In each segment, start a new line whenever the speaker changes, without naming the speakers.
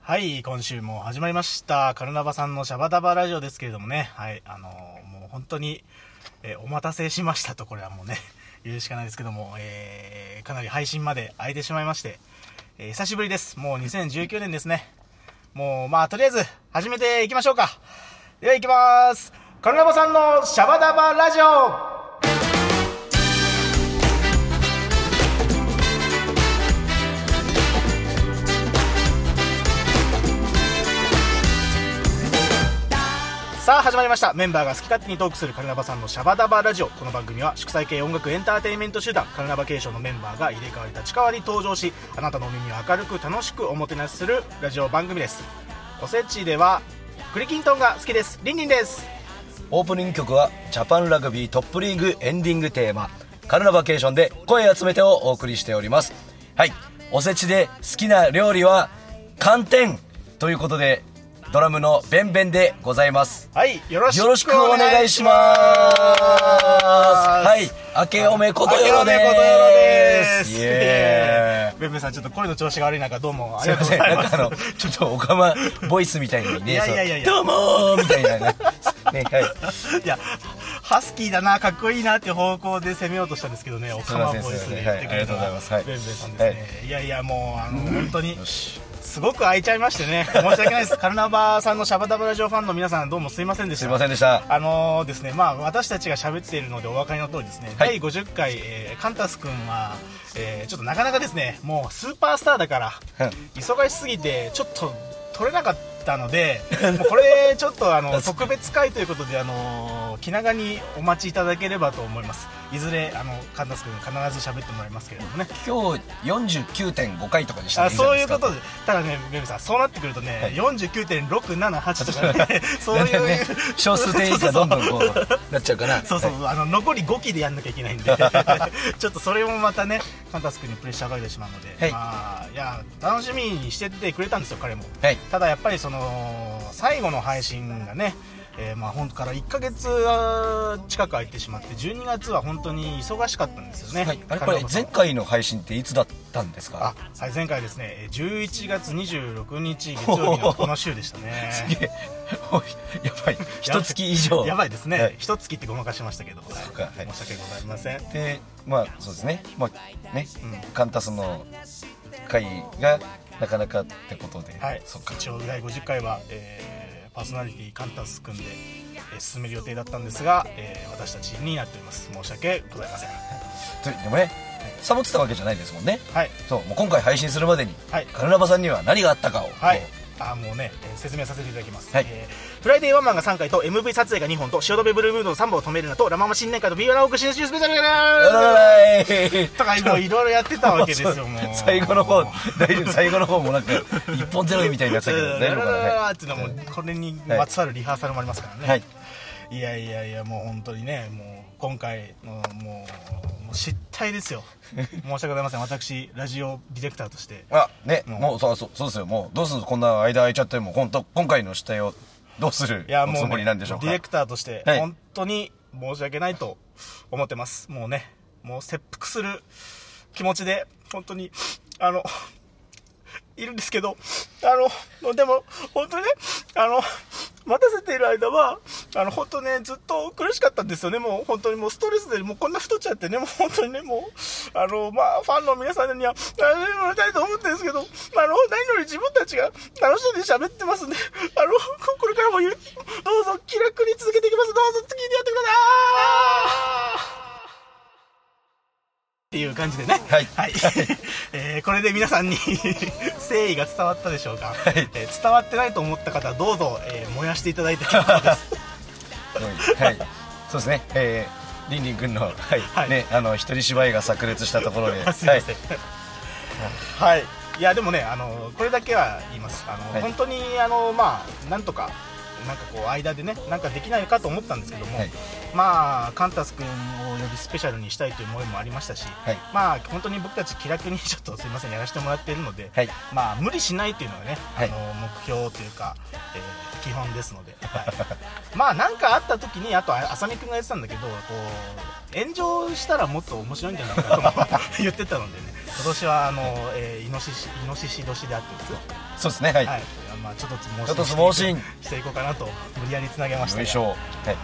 はい、今週も始まりました。カルナバさんのシャバダバラジオですけれどもね、はい、あのーもう本当に、えーお待たせしましたと、これはもうね、 言うしかないですけども、えーかなり配信まで空いてしまいまして、えー久しぶりです。もう2019年ですね。もう、まあ、とりあえず、始めていきましょうか。では、いきます。カルナバさんのシャバダバラジオさあ始まりましたメンバーが好き勝手にトークするカルナバさんのシャバダバラジオこの番組は祝祭系音楽エンターテインメント集団カルナバ継承のメンバーが入れ替わり立ち替わり登場しあなたのお耳を明るく楽しくおもてなしするラジオ番組ですおせちでは栗きんとんが好きですりんりんです
オープニング曲はジャパンラグビートップリーグエンディングテーマ「カルナバケーション」で「声集めて」をお送りしておりますはいおせちで好きな料理は寒天ということでドラムのベンベンでございます
はいよろしく
よろしくお願いしますはい明けおめことよろで
あけおめことよろですす
イエーイ
ベンベンさんちょっと声の調子が悪い中どうもあ
す
りが
い
とうご
ません、
ざい
な
ま
ん
す
かあの、ちょっとオカマボイスみたいにね、
いやいやいやいや
そうどうもーみたいなね、ねはい、
いやハスキーだなかっこいいなって方向で攻めようとしたんですけどねお
すい
か
ま
ま
せん
ボイス
すい
で
ません
言ってくれたの
はいありがとうございますはい
ベンベンさんですね、い、やいやもうあの、本当に
よし
すごく空いちゃいましてね申し訳ないですカルナバさんのシャバダバラジオファンの皆さんどうもすいませんでし
す
た
いませんでした。
あのーですねまあ、私たちが喋っているのでお分かりの通りですね、
はい
第50回、えーカンタス君は、えーちょっとなかなかですねもうスーパースターだから
うん
忙しすぎてちょっと取れなかったの でもうこれちょっとあの
確かに
特別会ということで、あのー気長にお待ちいただければと思いますいずれあのカンタス君必ず喋ってもらいますけれどもね
今日49.5回とかにしたら
あ
いいんじゃな
そう
い
い
で
う
す
こ
か
とでただねベブさんそうなってくるとね、
はい
49.678とか ねそう
だんだん
い
ね
う
少数点以下どんどんこうなっちゃうかな
そうそう、
はい
あの残り5期でやんなきゃいけない んでちょっとそれもまたねカンタス君にプレッシャーがかけてしまうので、
はい
まあいや楽しみにしててくれたんですよ彼も
はい
ただやっぱりその最後の配信がね、えーまあ本当から1ヶ月近く空いてしまって12月は本当に忙しかったんですよね、
はいあれこ
彼
れ
の
前回の配信っていつだったんです
あ
か
はい前回ですねえー11月26日月曜日のこの週でしたね
すげえおいやばい一月以上
やばいですね、
はい
一月ってごまかしましたけど、はい
そうかはい
申し訳ございません
でまあそうですねまあね
うん
カンタスの回がなかなかってことで
はい、
そっか
一応第50回は、えーパーソナリティカンタス君で、えー進める予定だったんですが、えー私たちになっております申し訳ございません
とでもねサボってたわけじゃないですもんね
はい
そうもう今回配信するまでに
はい
カルナバさんには何があったかを
はいあーもうね、えー説明させていただきます、
はい
えーフライデーワンマンが3回と MV 撮影が2本と汐留ブルームードの3本を止めるなとラ・ママ新年会と B1 ラオーク新春スペシャル
あらら
だ
らい
とかいろいろやってたわけです よもう
最後の方大丈夫最後の方もなんか一本ゼロみたいになってたけど
ラ
大丈
ラ
夫
ラ
かな
ラ
は
っていうのはもうこれにまつわるリハーサルもありますからね、
いはい
いやいやいやもう本当にねもう今回のもうもう失態ですよ申し訳ございません私ラジオディレクターとして
あね
うん
もうそうそうそうですよもうどうするこんな間空いちゃっても今度今回の主体をどうする
いや
お
も
つ
う、
もり
ね、
なんでしょうか
ディレクターとして
はい
本当に申し訳ないと思ってます、もうねもう切腹する気持ちで本当にあのいるんですけどあのでも本当にねあの待たせている間はあの本当ねずっと苦しかったんですよねもう本当にもうストレスでもうこんな太っちゃってねもう本当にねもうあのまあファンの皆さんには何でもらいたいと思ってるんですけどあの何より自分たちが楽しんで喋ってますんであのここれからもゆどうぞ気楽に続けていきますどうぞ次にやってくださいっていう感じでね
はい
はい、 えーこれで皆さんに 誠意が伝わったでしょうか、えー伝わってないと思った方はどうぞ、えー燃やしていただいて結構です
はいそうですねえーりんりんくんのはい、
はい
ねあの一人芝居が炸裂したところ で
すいません
はい
はい、いやでもねあのこれだけは言いますあの、
はい
本当にあのまあなんとかなんかこう間でねなんかできないかと思ったんですけども、
はい
まあカンタス君をよりスペシャルにしたいという思いもありましたし、
はい
まあ本当に僕たち気楽にちょっとすいませんやらせてもらっているので、
はい
まあ無理しないというのがね、
はい
あの目標というか、えー基本ですので、はい、まあなんかあった時にあとあ浅見君が言ってたんだけどこう炎上したらもっと面白いんじゃないかとも 言ってたのでね今年はあの、えーイノシシイノシシ年であってですよ
そうですねはい、
はい、まあちょっとつ盲
ちょっとつ盲信
していこうかなと無理やりつなげました
よ
が
いしょはい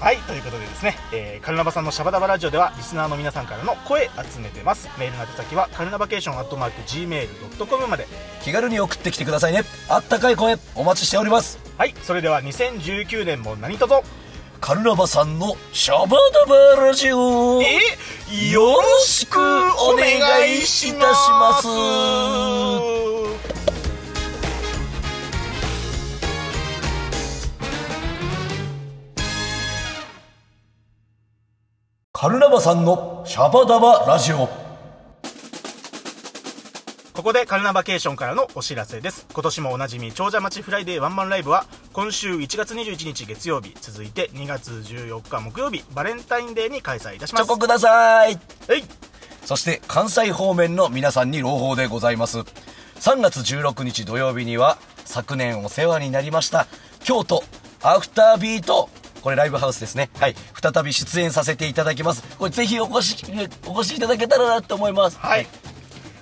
はいということでですね、えーカルナバさんのシャバダバラジオではリスナーの皆さんからの声集めてますメールの宛先はカルナバケーションアットマーク Gmail.com まで
気軽に送ってきてくださいねあったかい声お待ちしております
はいそれでは2019年も何とぞ
カルナバさんのシャバダバラジオ
え
よろしくお願いいたしますカルナバさんのシャバダバラジオ
ここでカルナバケーションからのお知らせです。今年もおなじみ長者町フライデーワンマンライブは今週1月21日月曜日、続いて2月14日木曜日、バレンタインデーに開催いたしま
チ
す。
ョコください
はい。
そして関西方面の皆さんに朗報でございます。3月16日土曜日には昨年お世話になりました京都アフタービートこれライブハウスですね。はい。再び出演させていただきます。これぜひお越し、お越しいただけたらなと思います。
はい。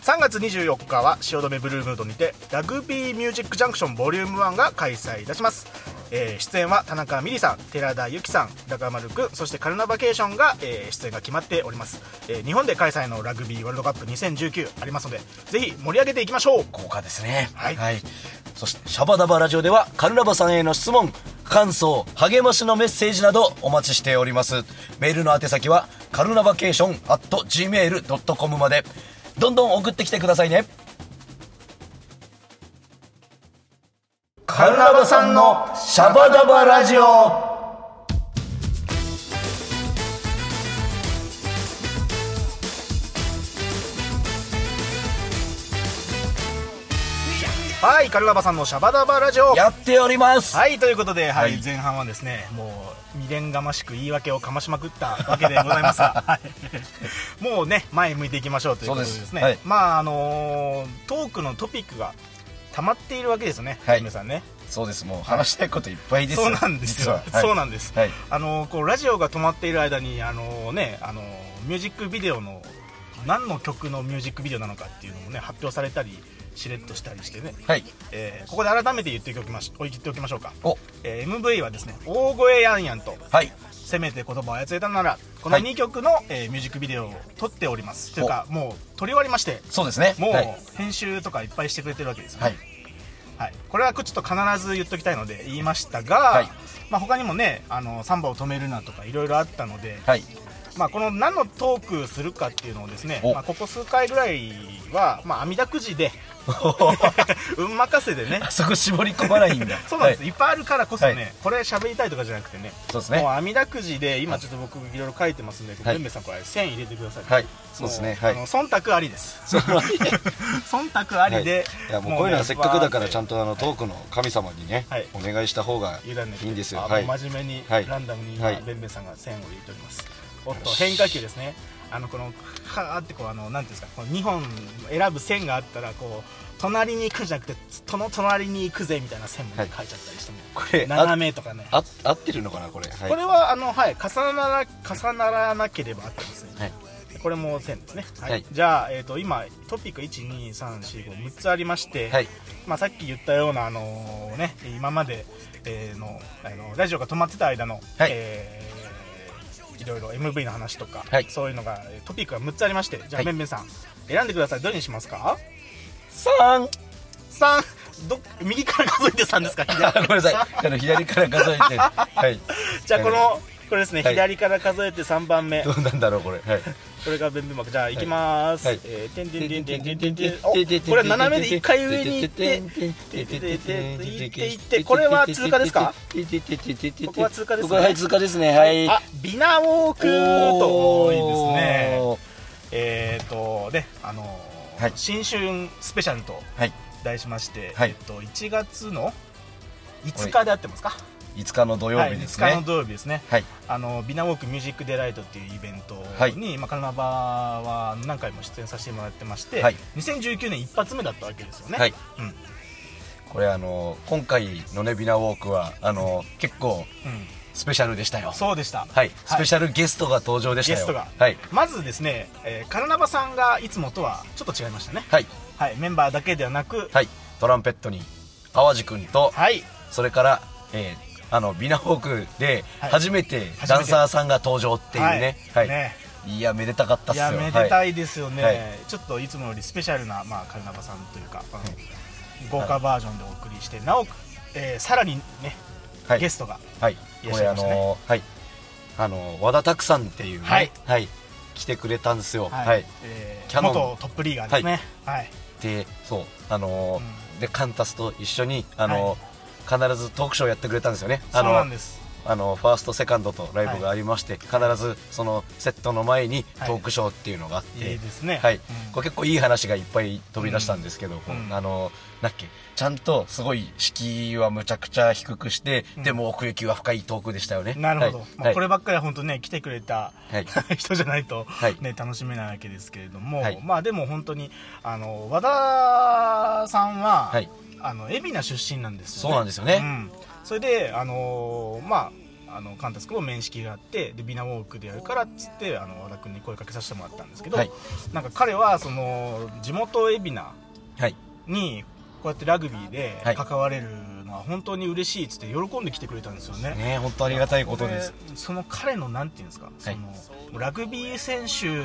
3月24日は汐留ブルームードにてラグビーミュージックジャンクションボリューム1が開催いたします、えー出演は田中美里さん寺田由紀さん中丸くんそしてカルナバケーションが、えー出演が決まっております、えー日本で開催のラグビーワールドカップ2019ありますのでぜひ盛り上げていきましょう
豪華ですね。
はい
そして、シャバダバラジオでは、カルラバさんへの質問、感想、励ましのメッセージなどお待ちしております。メールの宛先は、カルナバケーション at gmail.com まで、どんどん送ってきてくださいね。カルラバさんのシャバダバラジオ
はいカルナバさんのシャバダバラジオ
やっております。
はいということで、はい
はい
前半はですねもう未練がましく言い訳をかましまくったわけでございます が、はいもうね前向いていきましょうということでですね
そうですはい
まああのートークのトピックが溜まっているわけですよね、
はい
皆さんね
そうです、もう話したいこといっぱいですよ
そうなんです
実
よ、
ははい
そうなんです、
はい
あのーこうラジオが止まっている間にあのーねあのーミュージックビデオの何の曲のミュージックビデオなのかっていうのもね発表されたりしれっとしたりしてね、
はい。
えーここで改めて言っておきまし言っておきましょうか
お、
えー MV はですね「大声やんやん」と
はい。
「せめて言葉を操れたなら」この
はい
2曲の、えーミュージックビデオを撮っておりますというかもう撮り終わりまして
そうですね。
も
はいう
編集とかいっぱいしてくれてるわけですよ、
はい。
はい、これはちょっと必ず言っときたいので言いましたが、
はい
まあ、他にもねあのサンバを止めるなとかいろいろあったので、
はい。
まあ、この何のトークするかっていうのをですね、
お
まあ、ここ数回ぐらいは、まあ、網だくじで 運任せでね。
あそこ絞り込まないんだ
そうなんです、、
はい
っぱいあるからこそね、
はい
これ喋りたいとかじゃなくてね
いそうですね
もう。網だくじで今ちょっと僕いろいろ書いてますんで、
はい
文明さんこれ線入れてください、
はい
も
そうですねはい
あの忖度ありです 忖度ありで、
いやもうこういうのはせっかくだからちゃん
と
とあのトークの神様にね、
はい
お願いした方がいいんですよ。はい。
真面目に、
はい
ランダムに
は
今
い
ベンベンさんが線を入れておりますおっと
よし
変化球ですねあのこのカーってこうあのなんていうんですかこの2本選ぶ線があったらこう隣に行くんじゃなくてその隣に行くぜみたいな線もね、
はい
書いちゃったりしても
これ
斜
あ
めとかね
あ合ってるのかなこれ。はい。
これはあの、はい、重なら重ならなければあったんですね、
はい
これも線ですね、はい
はい
じゃあ、えー、と今トピック12345つありまして、
はい
まあ、さっき言ったような、あのーね、今まで、えーのあのラジオが止まってた間の、
はい
えーいろいろ MV の話とか、
はい
そういうのがえートピックが6つありましてじゃあ、
はい
めんめんさん選んでくださいどれにしますか
三。
三ど右から数えて3ですか
あ ごめんなさい。あの左から数えて。はい。
じゃあこのこれですね、
はい
左から数えて3番目
どうなんだろうこれ。はい。
これが弁弁幕じゃあ行きまーす、
はい
えーてんてんてんてんてんてんてんおこれは斜めで一回上に行っててんてんてんてん行って行ってこれは通過ですかここは通過ですね
ここははい通過ですね。はい。
あビナウォークと
おー
いいですねえっ、とねあのー
はい
新春スペシャルと
はい。
題しまして、
はい
えっと1月の5日で合ってますか
5日の土曜日ですね、
はい、5日の土曜日ですね、
はい
あのビナウォークミュージックデライトっていうイベントに、
はい
まあ、カルナバは何回も出演させてもらってまして、
はい
2019年一発目だったわけですよね、
はい
うんうん
これあの今回のねビナウォークはあの結構スペシャルでしたよ
そうでした、
はいスペシャルゲストが登場でした
ゲ
よ
ストが、
はい
まずですね、えーカルナバさんがいつもとはちょっと違いましたね、
はい
はい、メンバーだけではなく、
はいトランペットに淡路君と
はい、
それから、えーあのビナホークで
はい
初めて
初めて
ダンサーさんが登場っていうね,、
は
はいい
ね
いやめでたかったっ
い
すよ
やめでた
はい
いですよね、
はい
ちょっといつもよりスペシャルな、まあ、カルナバさんというか、あの豪華バージョンでお送りして、なお、えーさらにね、
はい
ゲストが
はい
いらっ
こ
しゃ
れ
い
あ
ましたね
のーはいあのー和田拓さんっていうね
はい
来てくれたんですよ
はい
はい
えー
キャノン
元トップリーガーですね、はい
でそうあのー
う
でカンタスと一緒にあのー、必ずトークショーやってくれたんですよね
そ
あ
う
の
なんです、
あのファーストセカンドとライブがありまして、必ずそのセットの前に
はい
トークショーっていうのがあって、
いいですね
はい
うん
これ結構いい話がいっぱい飛び出したんですけど、こう
うん
あのなんだっけちゃんとすごい敷居はむちゃくちゃ低くして、
うん
でも奥行きは深いトークでしたよね
なるほど、
はい
まあ、これ
は
ばっかりは本当ね、来てくれた、
はい
人じゃないと、ね
はい
楽しめないわけですけれども、
はい
まあでも本当にあの和田さんは、
はい
あの海老名出身なんですよね。
そうなんですよね
うんそれであのーまああのカンタス君も面識があってでビナウォークでやるからっつってあの和田君に声かけさせてもらったんですけど、
はい
なんか彼はその地元海老名
い、はい
にこうやってラグビーで
はい
関われるのは本当に嬉しいっつって喜んで来てくれたんですよね。
ね本当ありがたいことです
でその彼のなんていうんですか、そのラグビー選手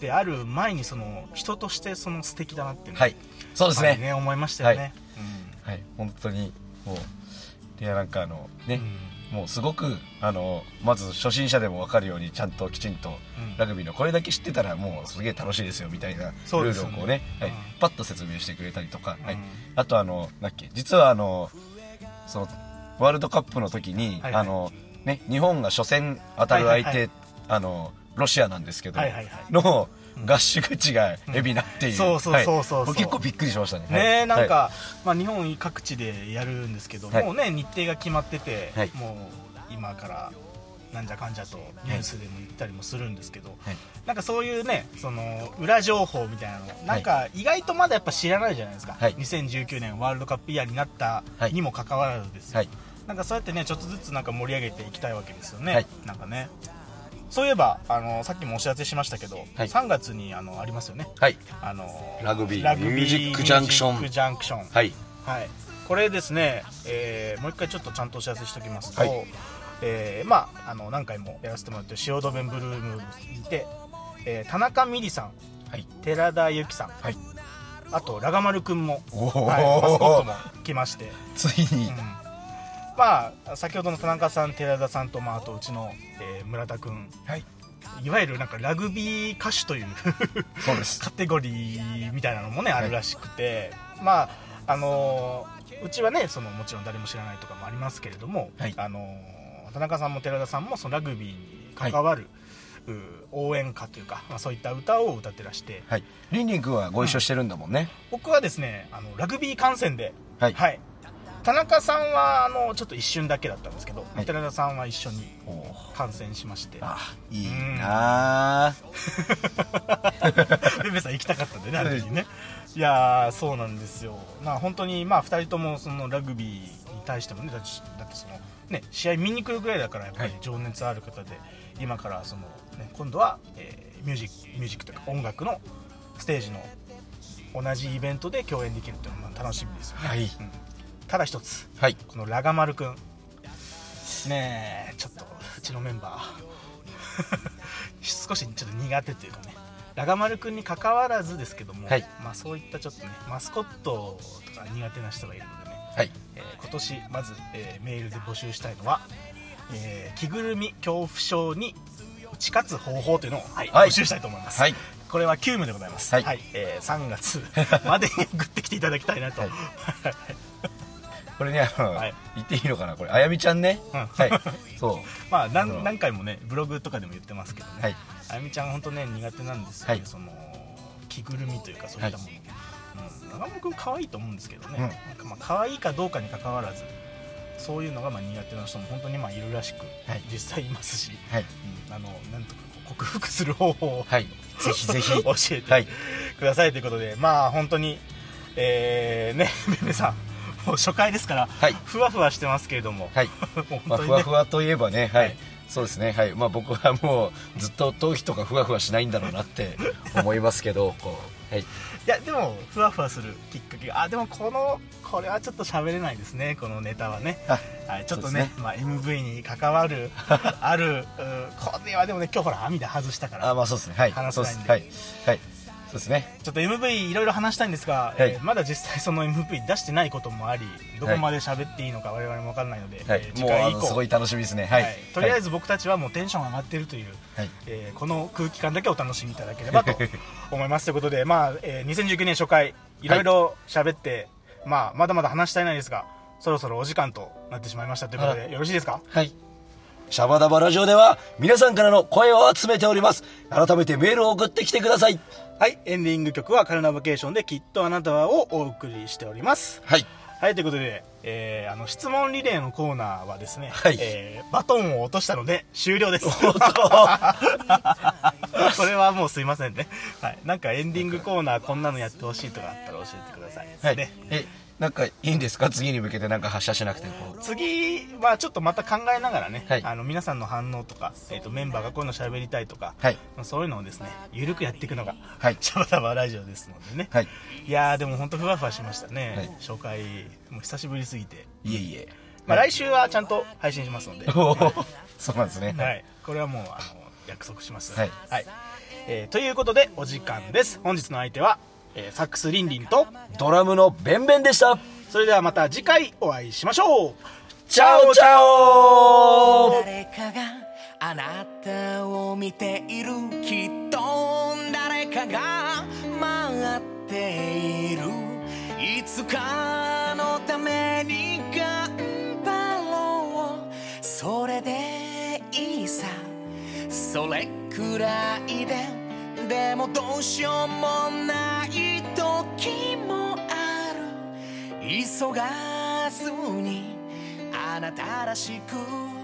である前にその人としてその素敵だなっていうの
はいそうですね、
やっぱり思いましたよね、
はいはい本当にもういやなんかあのね、
うん
もうすごくあのまず初心者でも分かるようにちゃんときちんと
うん
ラグビーのこれだけ知ってたらもうすげえ楽しいですよみたいなル
そうで
ー
す
ル
よね
をこうねはい
うん
パッと説明してくれたりとか、は
う
い
ん、
あとあのなんだっけ実はあのそのワールドカップの時に、
はいはい
あのね、日本が初戦当たる相手、
はいはいはい
あのロシアなんですけど、
はいはいはい
の合宿地が海老名っていう、
そうそうそうそうそう
はい僕結構びっくりしましたね。
ね
は
え
い
なんか、まあ、日本各地でやるんですけど、
はい
もうね日程が決まってて、
はい
もう今からなんじゃかんじゃとニュースでも言ったりもするんですけど、
はい
なんかそういうねその裏情報みたいなのなんか意外とまだやっぱ知らないじゃないですか、
はい
2019年ワールドカップイヤーになった
はい
にもかかわらずですよ、
はい
なんかそうやってねちょっとずつなんか盛り上げていきたいわけですよね、
はい
なんかねそういえばあのさっきもお知らせしましたけど、
はい
3月にあのありますよね
はい
あの
ラグビーミュージックジャンクション
ミュージックジャンクションはい、
はい
これですね、えーもう一回ちょっとちゃんとお知らせしておきますと、
はい
えーまああの何回もやらせてもらってる汐留ブルームにて、えー田中美里さん
はい
寺田由紀さん
はい
あとラガマルくんも、
おー
はい、マスコットも来まして、
ついに、
うんまあ先ほどの田中さん寺田さんと、まあ、あとうちの、えー村田くん
はい
いわゆるなんかラグビー歌手という
そうです
カテゴリーみたいなのもねあるらしくて、まああのーうちはねそのもちろん誰も知らないとかもありますけれども、
はい
あのー田中さんも寺田さんもそのラグビーに関わる、う応援歌というか、まあ、そういった歌を歌ってらして
はいりんりんくんはご一緒してるんだもんね、
僕はですねあのラグビー観戦で、
はい
田中さんはあのちょっと一瞬だけだったんですけど、
はい
寺田さんは一緒に
おおー
観戦しまして
あいいなあ
ベベさん行きたかったんでね、あの時ね。いやー、そうなんですよ。まあ、本当に、まあ、二人とも、そのラグビーに対してもね、だって、だってその。ね、試合見に来るぐらいだから、やっぱり
はい
情熱ある方で、今から、その、ね、今度は、えーミュージック、ミュージックというか、音楽の。ステージの。同じイベントで共演できるっていうのは、まあ楽しみですよね。
はい
うんただ一つ、
はい
このラガマルくん。ねえ、ちょっと、うちのメンバー。 少しちょっと苦手というかねラガマル君に関わらずですけども、
はい
まあ、そういったちょっとねマスコットとか苦手な人がいるのでね、
はい
えー今年まず、えーメールで募集したいのは、えー着ぐるみ恐怖症に打ち勝つ方法というのを、はい
はい
募集したいと思います、
はい
これは急務でございます、
はい
えー3月までに送ってきていただきたいなと、
はいこれねあの、
はい
言っていいのかなこれあやみちゃんね、
うん
はいそ
まあ
なるほ
何
ど
何回もねブログとかでも言ってますけどね、
はい
あやみちゃん本当ね苦手なんですよ、
はい
その着ぐるみというかそういったもの、うん長間君可愛いと思うんですけどね、
うん
なんかまあ可愛いかどうかに関わらずそういうのがまあ苦手な人も本当にまあいるらしく、
はい
実際いますし、
はい
うんあのなんとかこう克服する方法を、
はいぜひぜひ
教え
は
て
い
くださいということで、まあ本当に、えーね、めめさん、もう初回ですから、
はい
ふわふわしてますけれども、
はい
もう
ま
本当
あ、ふ
にね
わふわといえばね、は
は
い、
い
そうですね、はい、まあ、僕はもうずっと頭皮とかふわふわしないんだろうなって思いますけど、こう、はい、
いや、でも、ふわふわするきっかけが、あ、でもこの、これはちょっと喋れないですね、このネタはね。
あ
はい、ちょっと
そうで
ね
す
まあ、MV に関わ るあるうんこれはでもね今日ほら網で外したから
あ、まあ、そうですね、はい、
話
そ
せ
う
な
で
い
す
んで
ね、はい、はい、そうですね、
ちょっと MV いろいろ話したいんですが、
はい
えーまだ実際その MV 出してないこともありどこまで喋っていいのか我々も分からないので、
はい
えー、次
もう、あ
回以
の、
降
すごい楽しみですね、はい、
はいとりあえ
ず、
ず僕たちはもうテンション上がってるという、
はい、
えーこの空気感だけお楽しみいただければ と思いますということで、まあえー2019年初回いろいろ喋って、まあ、まだまだ話したいないですがそろそろお時間となってしまいましたということ
あ
でよろしいですか
はい。シャバダバラジオでは皆さんからの声を集めております。改めてメールを送ってきてください。
はい、エンディング曲はカルナバケーションできっとあなたはをお送りしております。
はい。
はい、ということで、えー、あの、質問リレーのコーナーはですね、
はい
えー、バトンを落としたので終了です。 これはもうすいませんね。はい、なんかエンディングコーナーこんなのやってほしいとかあったら教えてください。
はい。
ね
え、なんかいいんですか次に向けてなんか発射しなくてこう。
次はちょっとまた考えながらね、
はい
あの皆さんの反応とか、えー、とメンバーがこういうの喋りたいとか、
はい
まあそういうのをですねゆるくやっていくのが、
はい
シャバダバラジオですのでね、
はい、
やーでも本当ふわふわしましたね、
はい
紹介もう久しぶりすぎて、
いえいえ。
まあ、
はい
来週はちゃんと配信しますので、
おーそうなんですね。
はい、これはもうあの約束します、
はい
えーということでお時間です本日の相手は、えーサックスリンリンと
ドラムのベンベンでした。
それではまた次回お会いしましょう
チャオチャオ
誰かがあなたを見ているきっと誰かが待っているいつかのために頑張ろうそれでいいさそれくらいででもどうしようもない時もある急がずにあなたらしく Mm.